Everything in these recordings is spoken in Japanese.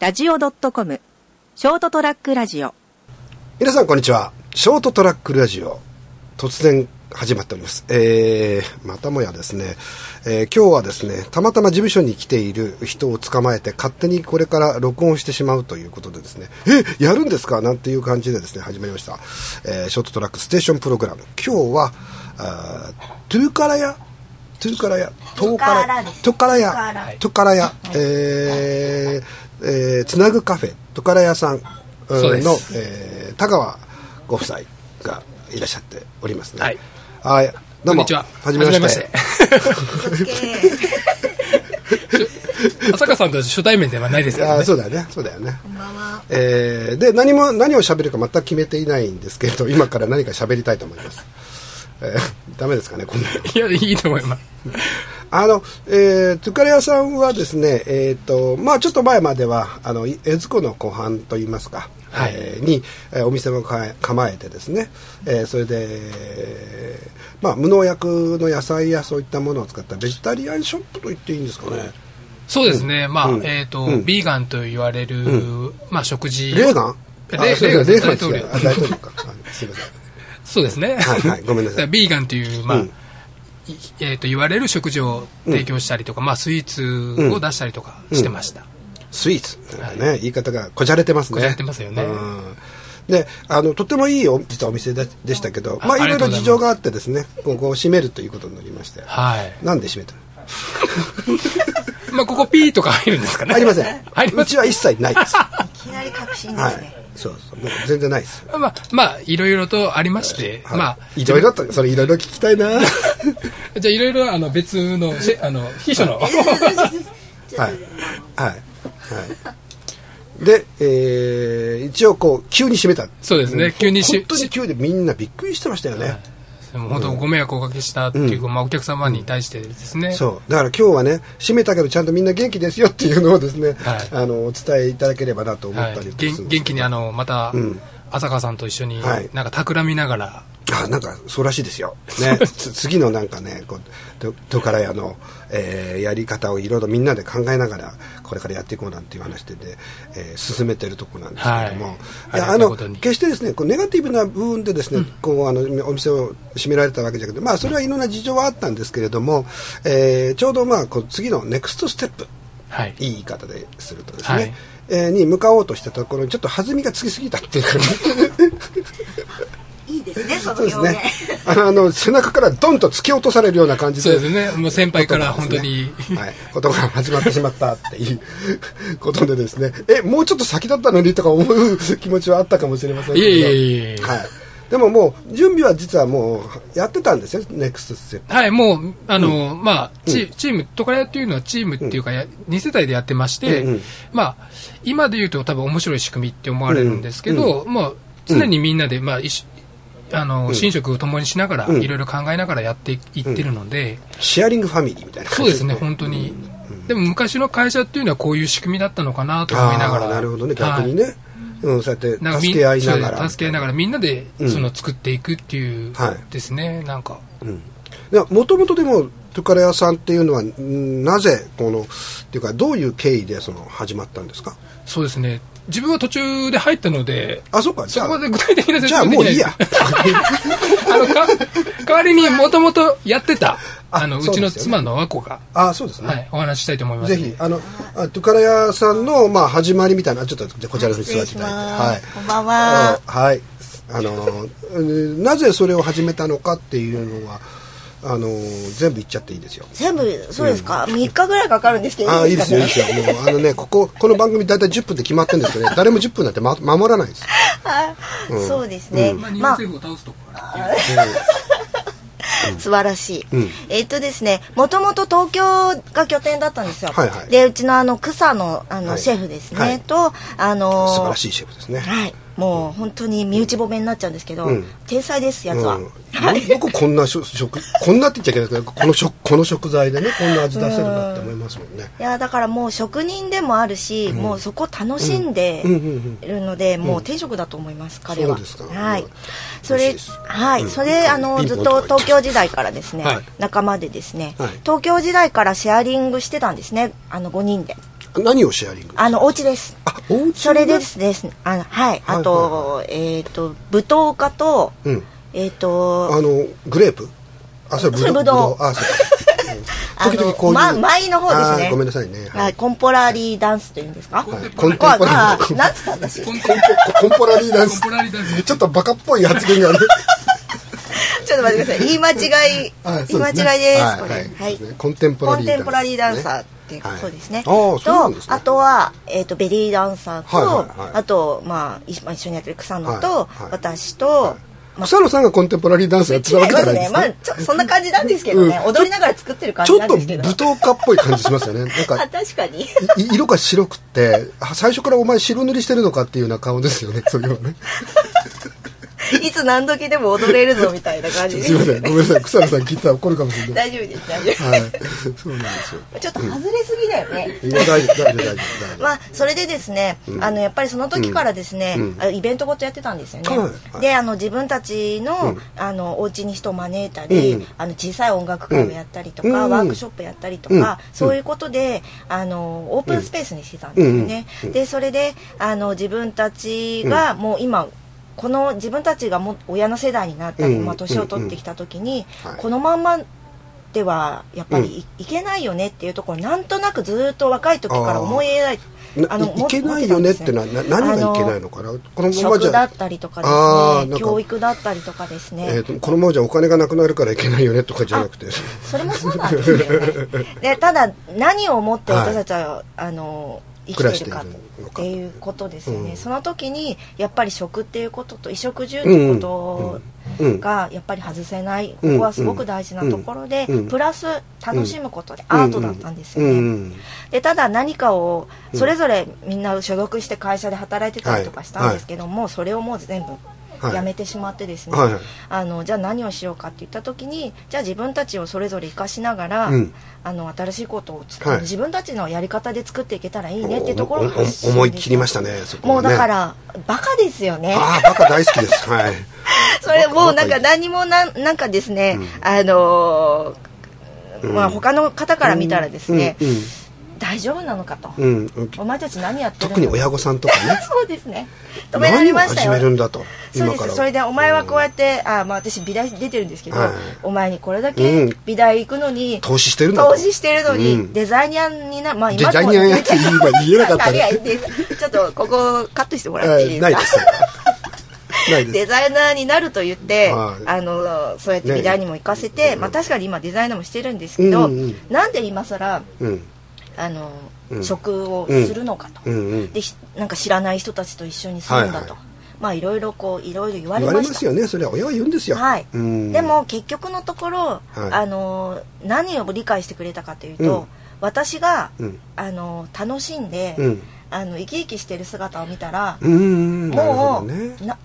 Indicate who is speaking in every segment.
Speaker 1: ST-radio.com ショートトラックラジオ
Speaker 2: 皆さんこんにちはショートトラックラジオ突然始まっております、えー、またもやですね、えー今日はですねたまたま事務所に来ている人を捕まえて勝手にこれから録音してしまうということでですねえやるんですかなんていう感じでですね始まりました、えーショートトラックステーションプログラム今日はあートゥーカラヤトゥーカラヤトゥーカラヤトゥーカラヤトゥーカラヤえーえーつなぐカフェトゥーカラヤさん
Speaker 3: そうです
Speaker 2: の、えー田川ご夫妻がいらっしゃっておりますね。
Speaker 3: はい。
Speaker 2: はい。どう
Speaker 3: こ
Speaker 2: んも。
Speaker 3: にちは。
Speaker 2: じめまして。
Speaker 3: 初浅香さんと初対面ではないです
Speaker 2: い
Speaker 3: けど
Speaker 2: や
Speaker 3: ね。
Speaker 2: そうだよね、そうだよね。えーで、何も、何を喋るか全く決めていないんですけれど、今から何か喋りたいと思います。えー、ダメですかね、こんなの。
Speaker 3: いや、いいと思います。
Speaker 2: あの、えー、トゥカレアさんはですね、えっ、と、まあちょっと前までは、あの、い江津湖の湖畔といいますか、
Speaker 3: はい
Speaker 2: えーに、えーお店もかえ構えてですね、えーそれで、えーまあ無農薬の野菜やそういったものを使ったベジタリアンショップと言っていいんですかね。
Speaker 3: そうですね。まあ、
Speaker 2: うん
Speaker 3: えっ、と、
Speaker 2: うん
Speaker 3: ビーガンと言われる、まあ、食事。
Speaker 2: レーガン
Speaker 3: レ
Speaker 2: あそう
Speaker 3: レ
Speaker 2: だ
Speaker 3: ーガン
Speaker 2: レー
Speaker 3: 大
Speaker 2: ガン
Speaker 3: 統
Speaker 2: 違
Speaker 3: 領
Speaker 2: う。あ大統領か。あすいません。
Speaker 3: そうですね。
Speaker 2: はいはいごめんなさい
Speaker 3: だからビーガンという、まあ、
Speaker 2: うん
Speaker 3: いえっ、と、言われる食事を提供したりとか、まあ、スイーツを出したりとかしてました。
Speaker 2: スイーツなんかね、言い方がこじゃれてますね。
Speaker 3: こじゃれてますよね
Speaker 2: うんであのとてもいいお実はお店ででしたけど、
Speaker 3: あ
Speaker 2: まあ、
Speaker 3: あ
Speaker 2: い
Speaker 3: り
Speaker 2: ろい
Speaker 3: が
Speaker 2: ろ
Speaker 3: とうございます
Speaker 2: 事情があってですねここを閉めるということになりまして
Speaker 3: はい。
Speaker 2: なんで閉めたの
Speaker 3: まあ、ここピーとか入るんですかね。
Speaker 2: あり ません
Speaker 3: 入り
Speaker 2: う
Speaker 3: ま
Speaker 2: ち
Speaker 3: せ
Speaker 2: は一切ない です、はい
Speaker 4: きなり確信ですね。
Speaker 2: い、そうそうもう全然ないです、
Speaker 3: ん。まあ、まあ、いろいろとありまして、
Speaker 2: はい、
Speaker 3: まあ、
Speaker 2: いろいろとそれいろいろ聞き たいなはい
Speaker 3: じゃあいろいろあの別のシェあの秘書の
Speaker 2: はいはいで、えー一応こう急に閉めた
Speaker 3: そうですね
Speaker 2: ん
Speaker 3: 急にし
Speaker 2: 本当に急でみんなびっくりしてましたよね、
Speaker 3: 本当ご迷惑をおかけしたっていう、まあ、お客様に対してですね、
Speaker 2: そうだから今日はね閉めたけどちゃんとみんな元気ですよっていうのをですね、
Speaker 3: はい
Speaker 2: あのお伝えいただければなと思
Speaker 3: は
Speaker 2: っ
Speaker 3: い
Speaker 2: たり、と
Speaker 3: 元元気にあのまた、
Speaker 2: ん
Speaker 3: 浅川さんと一緒に、
Speaker 2: はい
Speaker 3: なんか企みながら
Speaker 2: あなんかそうらしいですよ、ね、 つ次のなんかねこうどどからやの、えーやり方をいろいろみんなで考えながらこれからやっていこうなんていう話で、ねえー進めてるところなんですけれども、
Speaker 3: はい
Speaker 2: いや
Speaker 3: あ
Speaker 2: あ
Speaker 3: りがたい
Speaker 2: の
Speaker 3: ことに
Speaker 2: 決してですねこうネガティブな部分でですね、こうあのお店を閉められたわけじゃなくて、まあ、それはいろんな事情はあったんですけれども、えーちょうど、まあ、こう次のネクストステップ
Speaker 3: はい
Speaker 2: いい言い方でするとですね、
Speaker 3: はい
Speaker 2: えーに向かおうとしたところにちょっと弾みがつきすぎたっていう 感じ
Speaker 4: いいですね、その
Speaker 2: そうです
Speaker 4: 表
Speaker 2: ね
Speaker 4: 現。
Speaker 2: あの背中からドンと突き落とされるような感じ
Speaker 3: そう
Speaker 2: で
Speaker 3: ですねもう先輩から本当に、
Speaker 2: はい、ことが始まってしまったっていうことでですねえもうちょっと先だったのにとか思う気持ちはあったかもしれませんけど
Speaker 3: いえいえいえいえ
Speaker 2: はい、でももう準備は実はもうやってたんですよネクストステップ
Speaker 3: はい、もう、あの、まあ、チチーム、トカヤっていうのはチームっていうか、や2世代でやってまして、
Speaker 2: うんうん
Speaker 3: まあ、今で言うと多分面白い仕組みって思われるんですけど、まあ、常にみんなで、まあ、一緒あの、寝食を共にしながら、
Speaker 2: ん
Speaker 3: いろいろ考えながらやっていってるので、
Speaker 2: シェアリングファミリーみたいな
Speaker 3: そ
Speaker 2: 感
Speaker 3: う
Speaker 2: じ
Speaker 3: ですね、本当に。でも昔の会社っていうのはこういう仕組みだったのかなと思いなが
Speaker 2: あ
Speaker 3: ら。
Speaker 2: ーなるほどね逆にね、うん、そうやっ
Speaker 3: なんか
Speaker 2: て
Speaker 3: み
Speaker 2: 助け合いなが
Speaker 3: そうで
Speaker 2: ら
Speaker 3: す助け合いながらみんなで、
Speaker 2: ん
Speaker 3: その作っていくっていう
Speaker 2: はい
Speaker 3: ですね、なんか
Speaker 2: もともとでもトゥカレアさんっていうのはんなぜこのっていうかどういう経緯でその始まったんですか
Speaker 3: そうですね自分は途中で入ったので
Speaker 2: あそうかじ
Speaker 3: そ
Speaker 2: ゃ
Speaker 3: こ
Speaker 2: あ
Speaker 3: で具体的
Speaker 2: じ
Speaker 3: な説
Speaker 2: ゃあ
Speaker 3: 明で
Speaker 2: も
Speaker 3: き
Speaker 2: う
Speaker 3: ない
Speaker 2: いい
Speaker 3: です
Speaker 2: や
Speaker 3: あのか代わりにもともとやってた
Speaker 2: あ
Speaker 3: あのう
Speaker 2: そう
Speaker 3: ち
Speaker 2: で
Speaker 3: の
Speaker 2: すよね
Speaker 3: 妻の和子が、
Speaker 2: あそうですね、
Speaker 3: はい、お話ししたいと思います
Speaker 2: ぜひあのあトゥカレアさんの、まあ、始まりみたいなちょっとじゃあこちらの方に
Speaker 4: 失
Speaker 2: 座
Speaker 4: 礼
Speaker 2: ってい
Speaker 4: した
Speaker 2: だいて
Speaker 4: ます。こんばん
Speaker 2: はい
Speaker 4: は。
Speaker 2: あはいあのうんなぜそれを始めたのかっていうのはあの全部言っちゃっていいですよ
Speaker 4: 全部、そうですか ?3 日ぐらいかかるんですけど、
Speaker 2: あいいですよいい
Speaker 4: か
Speaker 2: で
Speaker 4: ね
Speaker 2: すよもうあのねこここの番組大体10分で決まってるんですけどね誰も10分なんて、ま、守らないです
Speaker 4: あそうですね。まあ、
Speaker 3: 府を倒すとこから
Speaker 4: 素晴らしい、
Speaker 2: うん
Speaker 4: えっとですねもともと東京が拠点だったんですよ、
Speaker 2: はいはい
Speaker 4: でうちのあの草のあの、
Speaker 2: はい
Speaker 4: シェフですね、
Speaker 2: はい
Speaker 4: とあの
Speaker 2: 素晴らしいシェフですね
Speaker 4: はいもう本当に身内褒めになっちゃうんですけど、
Speaker 2: うん
Speaker 4: 天才ですやつは、
Speaker 2: うん、よよくこんなしょ食こんなって言っちゃいけないですけどこの食この食材でねこんな味出せるなって思いますもんね
Speaker 4: いやだからもう職人でもあるし、もうそこ楽しんで
Speaker 2: うんうんうん
Speaker 4: いるので、もう定職だと思います、彼
Speaker 2: そ
Speaker 4: は
Speaker 2: うですか
Speaker 4: はい
Speaker 2: うん
Speaker 4: そ
Speaker 2: 嬉しい
Speaker 4: れ
Speaker 2: です
Speaker 4: はい、それあの
Speaker 2: 貧乏
Speaker 4: ずっ
Speaker 2: とか言
Speaker 4: と
Speaker 2: っちゃう
Speaker 4: 東京時代からですね、
Speaker 2: はい
Speaker 4: 仲間でですね、
Speaker 2: はい
Speaker 4: 東京時代からシェアリングしてたんですねあの5人で
Speaker 2: 何をシェアリング
Speaker 4: あのお家です
Speaker 2: あお家
Speaker 4: それですですあのはい
Speaker 2: はい
Speaker 4: あとえっと舞踏家と
Speaker 2: うん
Speaker 4: えっと
Speaker 2: あのグレープあそれブ
Speaker 4: それ
Speaker 2: ド
Speaker 4: ブ
Speaker 2: ウ
Speaker 4: ドウ
Speaker 2: ブドウあそうか、うん、時々こういう
Speaker 4: ま舞の方です
Speaker 2: あー
Speaker 4: ね
Speaker 2: ごめんなさいね
Speaker 4: は
Speaker 2: はい
Speaker 4: いコンポラリーダンスというんですか
Speaker 2: コン
Speaker 4: こ
Speaker 2: コン
Speaker 4: こ
Speaker 2: ポ
Speaker 4: は
Speaker 2: ラ
Speaker 4: あなんつったんだしちょ
Speaker 3: コ
Speaker 4: っ
Speaker 3: ン
Speaker 2: コンポコンポラリーダンス
Speaker 3: コンポラリーダンス
Speaker 2: ちょっとバカっぽい発言がね
Speaker 4: と待ってください言い間違い
Speaker 2: あ
Speaker 4: 言
Speaker 2: そうです
Speaker 4: い
Speaker 2: ね
Speaker 4: 間違いですこ
Speaker 2: はい
Speaker 4: れ
Speaker 2: はい
Speaker 4: はい
Speaker 2: そうですねコンテンポラリーダンス
Speaker 4: コンテンポラリーダンサーっていう
Speaker 2: は
Speaker 4: か
Speaker 2: い
Speaker 4: そうですね
Speaker 2: あーそうなんですね
Speaker 4: とあとはえっとベリーダンサ
Speaker 2: は
Speaker 4: ー
Speaker 2: い
Speaker 4: と
Speaker 2: はいはい
Speaker 4: あとまあ一まあ一緒にやってる草野
Speaker 2: は
Speaker 4: と
Speaker 2: いはい
Speaker 4: 私とまあ
Speaker 2: 草野さんがコンテンポラリーダンスやってたわけじゃないですね
Speaker 4: まあちょそんな感じなんですけどね、
Speaker 2: うん
Speaker 4: 踊りながら作ってる感
Speaker 2: ち
Speaker 4: じ
Speaker 2: ょ
Speaker 4: な
Speaker 2: っ
Speaker 4: ん
Speaker 2: と
Speaker 4: で
Speaker 2: 舞
Speaker 4: すけど
Speaker 2: 踏家っぽい感じしますよねなんか
Speaker 4: あ確かに
Speaker 2: い色が白くってあ最初からお前白塗りしてるのかっていうような顔ですよねそれはね
Speaker 4: いつ何時でも踊れるぞみたいな感じです
Speaker 2: すいませ んごめんなさい草野さん聞いたら怒るかもしれない
Speaker 4: 大丈夫です大丈夫、
Speaker 2: はいそうなんですよ
Speaker 4: ちょっと外れすぎだよね、
Speaker 2: いや大丈夫大丈夫大丈夫大丈夫
Speaker 4: まあ、それでですね、あのやっぱりその時からですね、あイベントごとやってたんですよね、
Speaker 2: はいはい
Speaker 4: であの自分たちの,、あのお家に人を招いたり、
Speaker 2: うん
Speaker 4: あの小さい音楽会をやったりとか、
Speaker 2: うん
Speaker 4: ワークショップやったりとか、
Speaker 2: うん
Speaker 4: そういうことであのオープンスペースにしてたんですよね、でそれであの自分たちがもう今この自分たちがもう親の世代になったり、
Speaker 2: うん
Speaker 4: まあ、年を取ってきた時に、
Speaker 2: うんはい
Speaker 4: このまんまではやっぱりい,、けないよねっていうところなんとなくずーっと若い時から思い描いて
Speaker 2: ない
Speaker 4: も
Speaker 2: けないよねってのはな何がいけないのかなこのままじ
Speaker 4: 食だ
Speaker 2: ゃ
Speaker 4: ったりと
Speaker 2: あ
Speaker 4: か
Speaker 2: ーなん
Speaker 4: ですね
Speaker 2: か
Speaker 4: 教育だったりとかですね、
Speaker 2: えーとこのままじゃお金がなくなるからいけないよねとかじゃなく て
Speaker 4: それもそうなんですよね でただ何を思って私たちは、あの生きてる
Speaker 2: 暮ら
Speaker 4: か
Speaker 2: しているの
Speaker 4: っ
Speaker 2: か
Speaker 4: ていうことですよね、
Speaker 2: うん
Speaker 4: その時にやっぱり食っていうことと衣食住っていうこと
Speaker 2: うんうんうん
Speaker 4: がやっぱり外せない、
Speaker 2: うん
Speaker 4: ここはすごく大事なところで、
Speaker 2: うんうん
Speaker 4: プラス楽しむことでアートだったんですよね、
Speaker 2: うん
Speaker 4: でただ何かをそれぞれみんな所属して会社で働いてたりとかしたんですけども、それをもう全
Speaker 2: はい
Speaker 4: 部やめてしまってですね、
Speaker 2: はいはい
Speaker 4: あのじゃあ何をしようかって言った時にじゃあ自分たちをそれぞれ生かしながら、
Speaker 2: うん
Speaker 4: あの新しいことを作、
Speaker 2: はい
Speaker 4: 自分たちのやり方で作っていけたらいい
Speaker 2: うん
Speaker 4: ねっていうところが
Speaker 2: おお
Speaker 4: 発信で
Speaker 2: 思い切りましたねそこはね
Speaker 4: もうだからバカですよね
Speaker 2: ああバカ大好きですはい
Speaker 4: それもうなんか何もなんなんかですね、あのーまあ他の方から見たらですね、大丈夫なのかと、
Speaker 2: うんうんうん
Speaker 4: お前たち何やってるの
Speaker 2: 特に親御さんとかね
Speaker 4: そうですね 止められましたよ
Speaker 2: 何を始めるんだと
Speaker 4: そう
Speaker 2: 今
Speaker 4: で
Speaker 2: か
Speaker 4: す
Speaker 2: ら
Speaker 4: それでお前はこうやって、あまあ私美大出てるんですけど、
Speaker 2: はい
Speaker 4: お前にこれだ
Speaker 2: う
Speaker 4: け
Speaker 2: ん
Speaker 4: 美大行くのに、
Speaker 2: 投資してるんだと
Speaker 4: 投資してるのに、
Speaker 2: うん
Speaker 4: デザイナーになまあ
Speaker 2: デザイナーやって今言えなかったね
Speaker 4: いやいやいやちょっとここカットしてもらっていい
Speaker 2: は
Speaker 4: で
Speaker 2: い
Speaker 4: すか、
Speaker 2: ない ですないです
Speaker 4: デザイナーになると言って、
Speaker 2: はい
Speaker 4: あのそうやって美大にも行かせて、まあ、確かに今デザイナーもしてるんですけど、
Speaker 2: うんうん
Speaker 4: なんで今更
Speaker 2: うん
Speaker 4: あ
Speaker 2: う
Speaker 4: の、
Speaker 2: ん
Speaker 4: 職をするのかと、
Speaker 2: うんうん
Speaker 4: でひなんか知らない人たちと一緒に住んだと、
Speaker 2: はいは
Speaker 4: まあいろいろこういろいろ言われ
Speaker 2: 言わ
Speaker 4: ま
Speaker 2: れま
Speaker 4: した
Speaker 2: すよねそれは親は言うんですよ
Speaker 4: はい
Speaker 2: うん
Speaker 4: でも結局のところ、
Speaker 2: い
Speaker 4: あの何を理解してくれたかというと、
Speaker 2: うん
Speaker 4: 私が、
Speaker 2: うん
Speaker 4: あの楽しんで、
Speaker 2: うん
Speaker 4: あの生き生きしてる姿を見たら、
Speaker 2: うんなるほ
Speaker 4: も
Speaker 2: ど
Speaker 4: う、
Speaker 2: ね
Speaker 4: な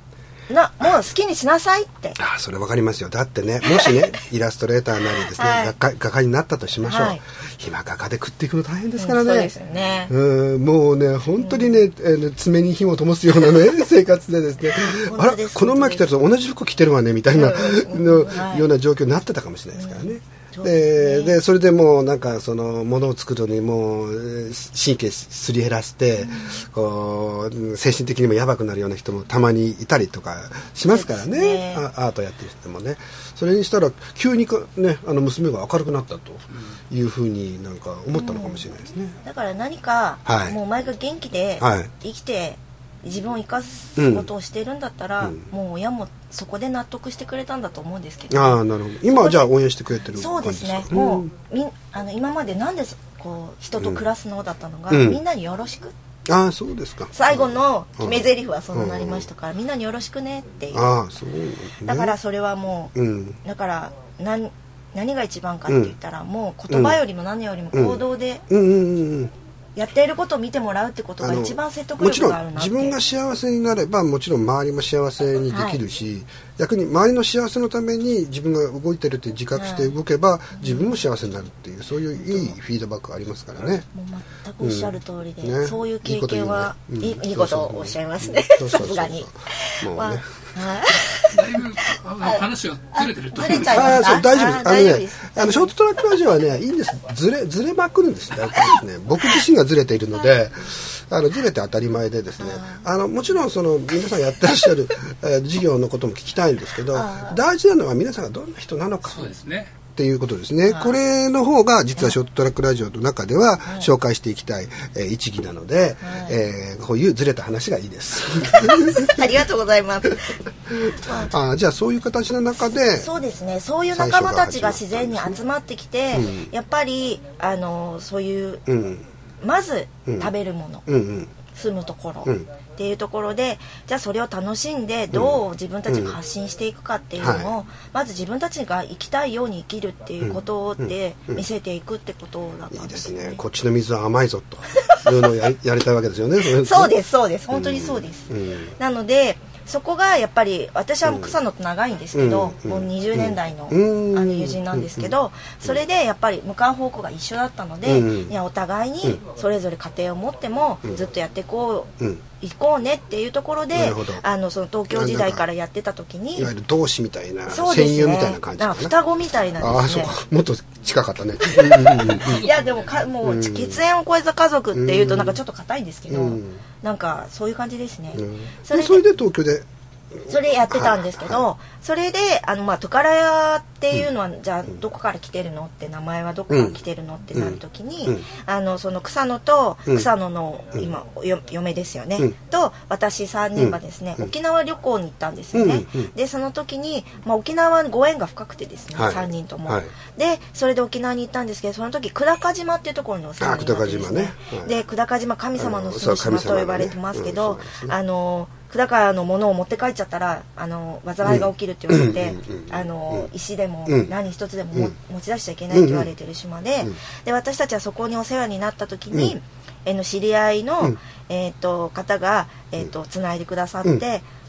Speaker 4: なもう好きにしなさいって
Speaker 2: ああそれわかりますよだってねもし ねイラストレーターなりですね、
Speaker 4: はい
Speaker 2: 画家画家になったとしましょう、
Speaker 4: はい
Speaker 2: 今画家で食っていくの大変ですから
Speaker 4: うんそうで
Speaker 2: ね
Speaker 4: す、よね、
Speaker 2: うんもうね本当にね、えー爪に火を灯すような ね生活でですね
Speaker 4: 本
Speaker 2: あら
Speaker 4: 当です
Speaker 2: この前来たやつ同じ服着てるわねみたいな、
Speaker 4: うんうん
Speaker 2: の
Speaker 4: はい
Speaker 2: ような状況になってたかもしれないですからね。
Speaker 4: うん
Speaker 2: で
Speaker 4: そうですね
Speaker 2: でそれでもうなんかそのものを作るのにもうえー神経すり減らして、こう精神的にもやばくなるような人もたまにいたりとかしますからね
Speaker 4: そうですね
Speaker 2: あアートやってる人でもねそれにしたら急にか、ね、あの娘が明るくなったというふうになんか思ったのかもしれないですね。
Speaker 4: だから何か、
Speaker 2: はい
Speaker 4: もうお前が元気で
Speaker 2: はい
Speaker 4: 生きて自分を生かすことをしてるんだったら、
Speaker 2: うん
Speaker 4: もう親もそこで納得してくれたんだと思うんですけど
Speaker 2: ああなるほど今はじゃあ応援してくれてる
Speaker 4: そう
Speaker 2: 感じ
Speaker 4: で
Speaker 2: です
Speaker 4: す
Speaker 2: かん
Speaker 4: ね、もうみんあの今までなんでそこう人と暮らすのだったのが、
Speaker 2: うん
Speaker 4: みんなによろしく
Speaker 2: ああそうですか
Speaker 4: 最後の決め台詞はそうなりましたから、みんなによろしくねっていう
Speaker 2: ああそう、ね、
Speaker 4: だからそれはもう、
Speaker 2: うん
Speaker 4: だから何何が一番かって言ったら、もう言葉よりも何よりも行動で
Speaker 2: うんうんうんうん
Speaker 4: やっていることを見てもらうってこと
Speaker 2: あ
Speaker 4: が
Speaker 2: の
Speaker 4: 一番説得
Speaker 2: もち
Speaker 4: 力
Speaker 2: ろ
Speaker 4: がある
Speaker 2: ん
Speaker 4: なって
Speaker 2: 自分が幸せになればもちろん周りも幸せにできるし、逆に周りの幸せのために自分が動いてるって自覚して動けば、自分も幸せになるっていうそういういいフィードバックがありますからね。
Speaker 4: もう全くおっしゃる通りで、
Speaker 2: うんね
Speaker 4: そういう経験はい
Speaker 2: いこと言うねうん
Speaker 4: いいいことをおっしゃいますね
Speaker 2: そう
Speaker 4: さ
Speaker 2: そうそう
Speaker 4: すがに
Speaker 2: もうね、
Speaker 4: まあはい
Speaker 3: だいぶあ話はずれてると
Speaker 4: あ
Speaker 3: 思
Speaker 4: ずれ
Speaker 3: う
Speaker 4: ちゃい
Speaker 2: あ
Speaker 4: ま
Speaker 2: あ
Speaker 4: す
Speaker 2: そう大丈夫です。
Speaker 4: あ
Speaker 2: あの
Speaker 4: 大丈
Speaker 2: ね
Speaker 4: 夫です、
Speaker 2: あのショートトラックラジオはね、いいんです。ずれずれまくるんです。大体ですね、僕自身がずれているので、あのずれて当たり前でですね。あのもちろんその皆さんやってらっし ゃるえー事業のことも聞きたいんですけど、大事なのは皆さんがどんな人なのか
Speaker 3: そうですね
Speaker 2: っていうことですね。これの方が実はショートトラックラジオの中では紹介していきたい、えー一義なので、えーこういうずれた話がいいです。
Speaker 4: ありがとうございます。
Speaker 2: あーじゃあそういう形の中で、
Speaker 4: そうですね。そういう仲間たちが自然に集まってきて、やっぱりあのそういう
Speaker 2: うん
Speaker 4: まず食べるもの、
Speaker 2: うんうん。
Speaker 4: 住むところ、
Speaker 2: うん
Speaker 4: っていうところでじゃあそれを楽しんでどう自分たちが発信していくかっていうのを、
Speaker 2: は
Speaker 4: まず自分たちが生きたいように生きるっていうことで見せていくってことだった
Speaker 2: い
Speaker 4: ん
Speaker 2: い
Speaker 4: で
Speaker 2: ですす
Speaker 4: よね。
Speaker 2: ね。こっちの水は甘いぞというの をやりやりたいわけですよね。そ。
Speaker 4: そうですすそうです本当にそうです、
Speaker 2: うん
Speaker 4: なのでそこがやっぱり私はもう草野と長いんですけど、
Speaker 2: うん
Speaker 4: もう20年代の,、
Speaker 2: うん
Speaker 4: あの友人なんですけど、それでやっぱり向かう方向が一緒だったので、
Speaker 2: うん
Speaker 4: いやお互いにそれぞれ家庭を持ってもずっとやっていこう、
Speaker 2: うん
Speaker 4: 行こうねっていうところ
Speaker 2: な
Speaker 4: で
Speaker 2: るほど
Speaker 4: あのその東京時代からやってた時に
Speaker 2: いわゆる同志みたいな、
Speaker 4: そうで
Speaker 2: 戦
Speaker 4: す
Speaker 2: 友
Speaker 4: ね
Speaker 2: みたいな感じ
Speaker 4: だ
Speaker 2: か
Speaker 4: から
Speaker 2: な。
Speaker 4: 双子みたい
Speaker 2: あ
Speaker 4: な
Speaker 2: あ
Speaker 4: ん
Speaker 2: ー、
Speaker 4: です
Speaker 2: そう
Speaker 4: ね
Speaker 2: か。もっと近かった ね。
Speaker 4: いやでもかもう血縁を超えた家族っていうとなんかちょっと硬いんですけど、
Speaker 2: うん
Speaker 4: なんかそういう感じですね、
Speaker 2: うんうん
Speaker 4: それ
Speaker 2: で
Speaker 4: で
Speaker 2: それで東京で、
Speaker 4: それやってたんですけど、それであの、まあ、トカラヤっていうのは、じゃあどこから来てるのって名前はどこから来てるのってなるときに、
Speaker 2: うん
Speaker 4: あのその草野と
Speaker 2: うん
Speaker 4: 草野の今、よ嫁ですよね、
Speaker 2: うん
Speaker 4: と私3人がですね、沖縄旅行に行ったんですよね、
Speaker 2: うんうん
Speaker 4: でその時に、まあ、沖縄のご縁が深くてですね、
Speaker 2: はい
Speaker 4: 3人とも、
Speaker 2: はい
Speaker 4: でそれで沖縄に行ったんですけどその時久高島っていうところにお世話になってですね
Speaker 2: あ久高島ねはい
Speaker 4: で久高島神様の住み
Speaker 2: そう神
Speaker 4: 島
Speaker 2: 様の
Speaker 4: と
Speaker 2: ね
Speaker 4: 呼ばれてますけど、
Speaker 2: うんそうですね
Speaker 4: あのだからのものを持って帰っちゃったらあの災いが起きるって言われて、
Speaker 2: うんうんうん
Speaker 4: あの石でも
Speaker 2: うん
Speaker 4: 何一つでもも、持ち出しちゃいけないって言われてる島で,、で私たちはそこにお世話になった時に、えの知り合いの、えー、と方が、えー、と繋いでくださって、
Speaker 2: うん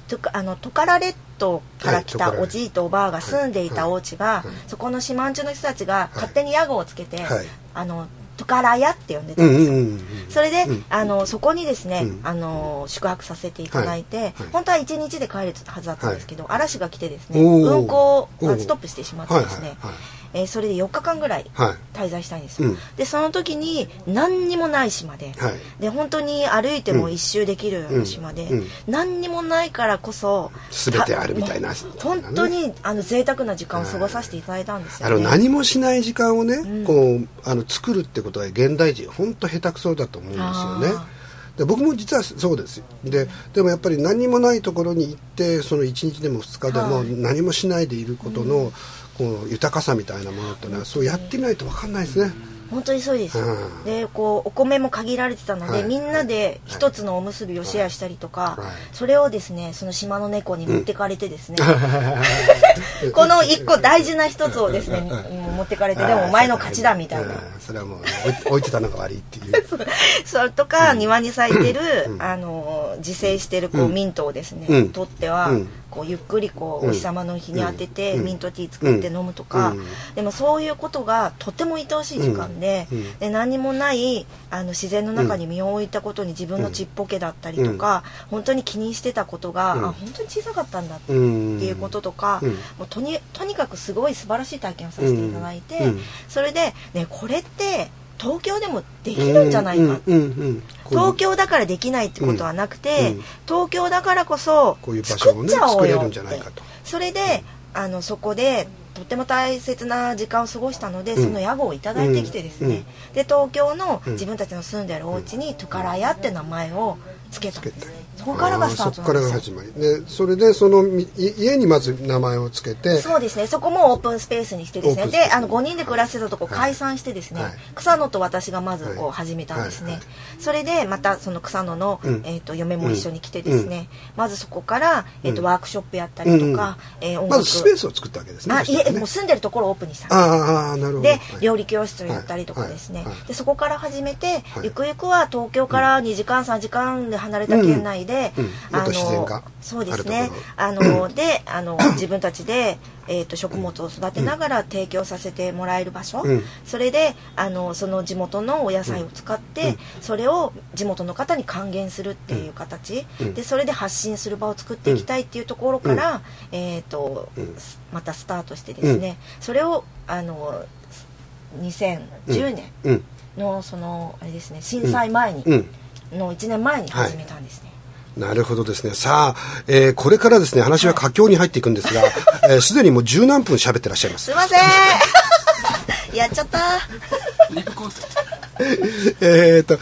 Speaker 4: とかあのトカラ列島から来
Speaker 2: はいトカ
Speaker 4: た
Speaker 2: ラ
Speaker 4: おじいとおばあが住んでいたお家が、そこの島んちの人たちが勝手に屋号をつけて、
Speaker 2: はい
Speaker 4: あのトカラ屋って呼んでた
Speaker 2: うんん
Speaker 4: ですよ。
Speaker 2: うんうん
Speaker 4: それで、あのそこにですね、
Speaker 2: うん
Speaker 4: あの宿泊させていただいて、
Speaker 2: いはい
Speaker 4: 本当は1日で帰るはずだったんですけど、嵐が来てですね
Speaker 2: おー
Speaker 4: 運行
Speaker 2: おー
Speaker 4: がストップしてしまって
Speaker 2: はいはい
Speaker 4: ですね、
Speaker 2: はい
Speaker 4: えーそれで4日間ぐらい
Speaker 2: はい
Speaker 4: 滞在したいんですよ、
Speaker 2: うん
Speaker 4: でその時に何にもない島で、
Speaker 2: はい
Speaker 4: で本当に歩いても一周できるような島で、
Speaker 2: うんうん
Speaker 4: 何にもないからこそ
Speaker 2: 全てあるみたいな
Speaker 4: もう本当にあの贅沢な時間を過ごさせていただいたんですよ、
Speaker 2: あ
Speaker 4: ね
Speaker 2: の何もしない時間をね、
Speaker 4: ん
Speaker 2: こうあの作るってことは現代人本当下手くそだと思うんですよね
Speaker 4: あ。
Speaker 2: で僕も実はそうですででもやっぱり何もないところに行ってその1日でも2日でも
Speaker 4: はい
Speaker 2: 何もしないでいることの、こう豊かさみたいなものってのはそうやってみないと分かんないですね。
Speaker 4: 本当にそうです、
Speaker 2: うん
Speaker 4: でこうお米も限られてたので、
Speaker 2: はい
Speaker 4: みんなで一つのおむすびをシェアしたりとか、
Speaker 2: はい
Speaker 4: それをですねその島の猫に持ってかれてですね、 この一個大事な一つをですね、もう持ってかれてでもお前の勝ちだみたいな、
Speaker 2: うんそれはもう置い置いてたのが悪いっていう。
Speaker 4: それとか庭に咲いてる、あの自生してるこうミントをですね、
Speaker 2: うん
Speaker 4: 取っては、
Speaker 2: うん
Speaker 4: こうゆっくりこう、
Speaker 2: うん
Speaker 4: お日様の日に当てて、
Speaker 2: うん
Speaker 4: ミントティー作って飲むとか、
Speaker 2: うん
Speaker 4: でもそういうことがとても愛おしい時間で,、
Speaker 2: うんうん
Speaker 4: で何もないあの自然の中に身を置いたことに自分のちっぽけだったりとか、本当に気にしてたことが、
Speaker 2: うん
Speaker 4: あ本当に小さかったんだって
Speaker 2: うん
Speaker 4: っていうこととか、
Speaker 2: うん
Speaker 4: もうとにとにかくすごい素晴らしい体験をさせていただいて、
Speaker 2: うんうん
Speaker 4: それで、ね、これって東京でもできるんじゃないか、
Speaker 2: うんうんうんこういう
Speaker 4: 東京だからできないってことはなくて、
Speaker 2: うんうん
Speaker 4: 東京だからこそ
Speaker 2: こういう場所を
Speaker 4: 作っ
Speaker 2: ね
Speaker 4: ちゃおう
Speaker 2: 作れ
Speaker 4: よ
Speaker 2: る
Speaker 4: っ
Speaker 2: んじ
Speaker 4: て
Speaker 2: ゃないかと
Speaker 4: それであのそこでとっても大切な時間を過ごしたので、その屋号をいただいてきてですね、で東京の自分たちの住んでるお家にトゥカラヤって名前を付けたんですねそこからがスタート
Speaker 2: あーそこから
Speaker 4: なん
Speaker 2: が
Speaker 4: ですよ
Speaker 2: 始まりでそれでそのみい家にまず名前をつけて
Speaker 4: そうですねそこもオープンスペースにして
Speaker 2: オ
Speaker 4: です
Speaker 2: ー
Speaker 4: ね
Speaker 2: プンスペース
Speaker 4: であの5人で暮らしてたとこ解散してですね、
Speaker 2: はい
Speaker 4: 草野と私がまず
Speaker 2: は
Speaker 4: こ
Speaker 2: いう
Speaker 4: 始めたんですね、
Speaker 2: はいは
Speaker 4: それでまたその草野の、
Speaker 2: うん
Speaker 4: えー、と嫁も一緒に来てですね、まずそこから、えーとワークショップやったりとか、えー音楽
Speaker 2: まずスペースを作ったわけですね
Speaker 4: あ
Speaker 2: そしたら
Speaker 4: いえ
Speaker 2: ね
Speaker 4: もう住んでるところをオープンにしたんです
Speaker 2: あーあーなるほど
Speaker 4: で
Speaker 2: はい
Speaker 4: 料理教室をやったりとかですね、
Speaker 2: はいはいはい
Speaker 4: でそこから始めて、
Speaker 2: はい
Speaker 4: ゆくゆくは東京から2時間3時間で離れた県内態で、
Speaker 2: うんもっと自然が
Speaker 4: そうで
Speaker 2: ある
Speaker 4: す
Speaker 2: ところ
Speaker 4: ね あのであの自分たちで、えー、と食物を育てながら提供させてもらえる場所、
Speaker 2: うん
Speaker 4: それであのその地元のお野菜を使って、それを地元の方に還元するっていう形、
Speaker 2: うん
Speaker 4: でそれで発信する場を作っていきたいっていうところから、えーと
Speaker 2: うん
Speaker 4: すまたスタートしてですね、それをあの2010年
Speaker 2: うん
Speaker 4: のそのあれですね震災前に、
Speaker 2: うん
Speaker 4: の1年前に始めたんですね。
Speaker 2: なるほどですね。さあ、えーこれからですね、話は佳境に入っていくんですが、 えーすでにもう十何分喋ってらっしゃいますす。
Speaker 4: いませんやっちゃった
Speaker 2: えーと、え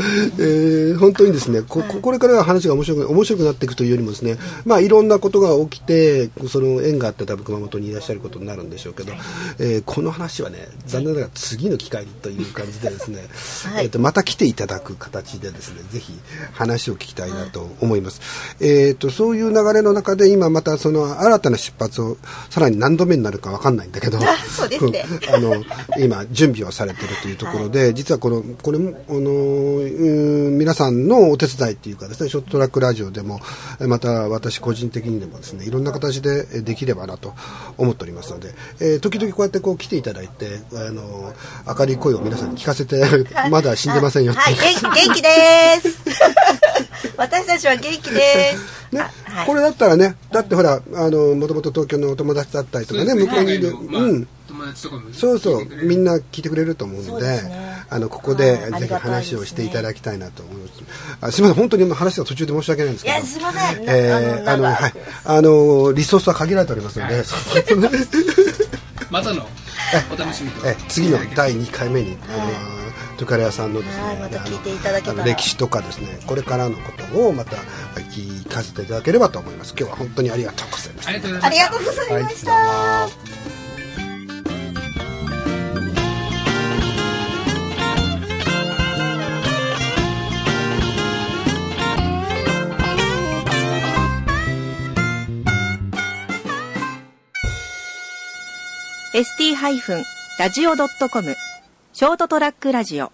Speaker 2: ー本当にですね、こ、ここれから話が面白く、面白くなっていくというよりもですね、まあ、いろんなことが起きて、その縁があって多分熊本にいらっしゃることになるんでしょうけど、えーこの話はね、残念ながら次の機会という感じでですね、
Speaker 4: はい
Speaker 2: えーと、また来ていただく形でですね、ぜひ話を聞きたいなと思います。えーと、そういう流れの中で今またその新たな出発を、さらに何度目になるかわかんないんだけど、
Speaker 4: そうです ね
Speaker 2: あの今準備をされているというところで、実はこのこれもあのうーん皆さんのお手伝いっていうかですねショートトラックラジオでもえまた私個人的にでもですねいろんな形でえできればなと思っておりますので、えー時々こうやってこう来ていただいてあの明るい声を皆さんに聞かせ てまだ死んでませんよって
Speaker 4: はい、
Speaker 2: いう。
Speaker 4: 元元気です。私たちは元気です。
Speaker 2: ね
Speaker 4: あはい、
Speaker 2: これだったらね、だってほら、あの、もともと東京のお友達だったりとかね、向こうにいる、
Speaker 3: まあ
Speaker 2: うん、
Speaker 3: 友達とかも
Speaker 2: そうそう
Speaker 3: 聞いてくれる
Speaker 2: みんな聞いてくれると思う
Speaker 4: そ
Speaker 2: の
Speaker 4: う
Speaker 2: で
Speaker 4: ですね
Speaker 2: あのここ
Speaker 4: は
Speaker 2: で
Speaker 4: いあ
Speaker 2: ぜひ
Speaker 4: りがたいですね
Speaker 2: 話をしていただきたいなと思いますあすみません本当に今話が途中で申し訳ないんですけど
Speaker 4: いやすいませんな
Speaker 2: えー、
Speaker 4: あ
Speaker 2: あ
Speaker 4: の
Speaker 2: の
Speaker 4: なんか
Speaker 2: はいあのリソースは限られておりますので、
Speaker 3: はまたのお楽しみと
Speaker 2: え次の第2回目に、あのトゥカレアさんのですね、
Speaker 4: はいまた聞いていただけたら
Speaker 2: あの歴史とかですねこれからのことをまた聞かせていただければと思います今日は本当にありがとうございました
Speaker 3: ありがとうございます
Speaker 4: ありがとうございました。
Speaker 2: はいどうも
Speaker 1: ー ST-radio.com ショートトラックラジオ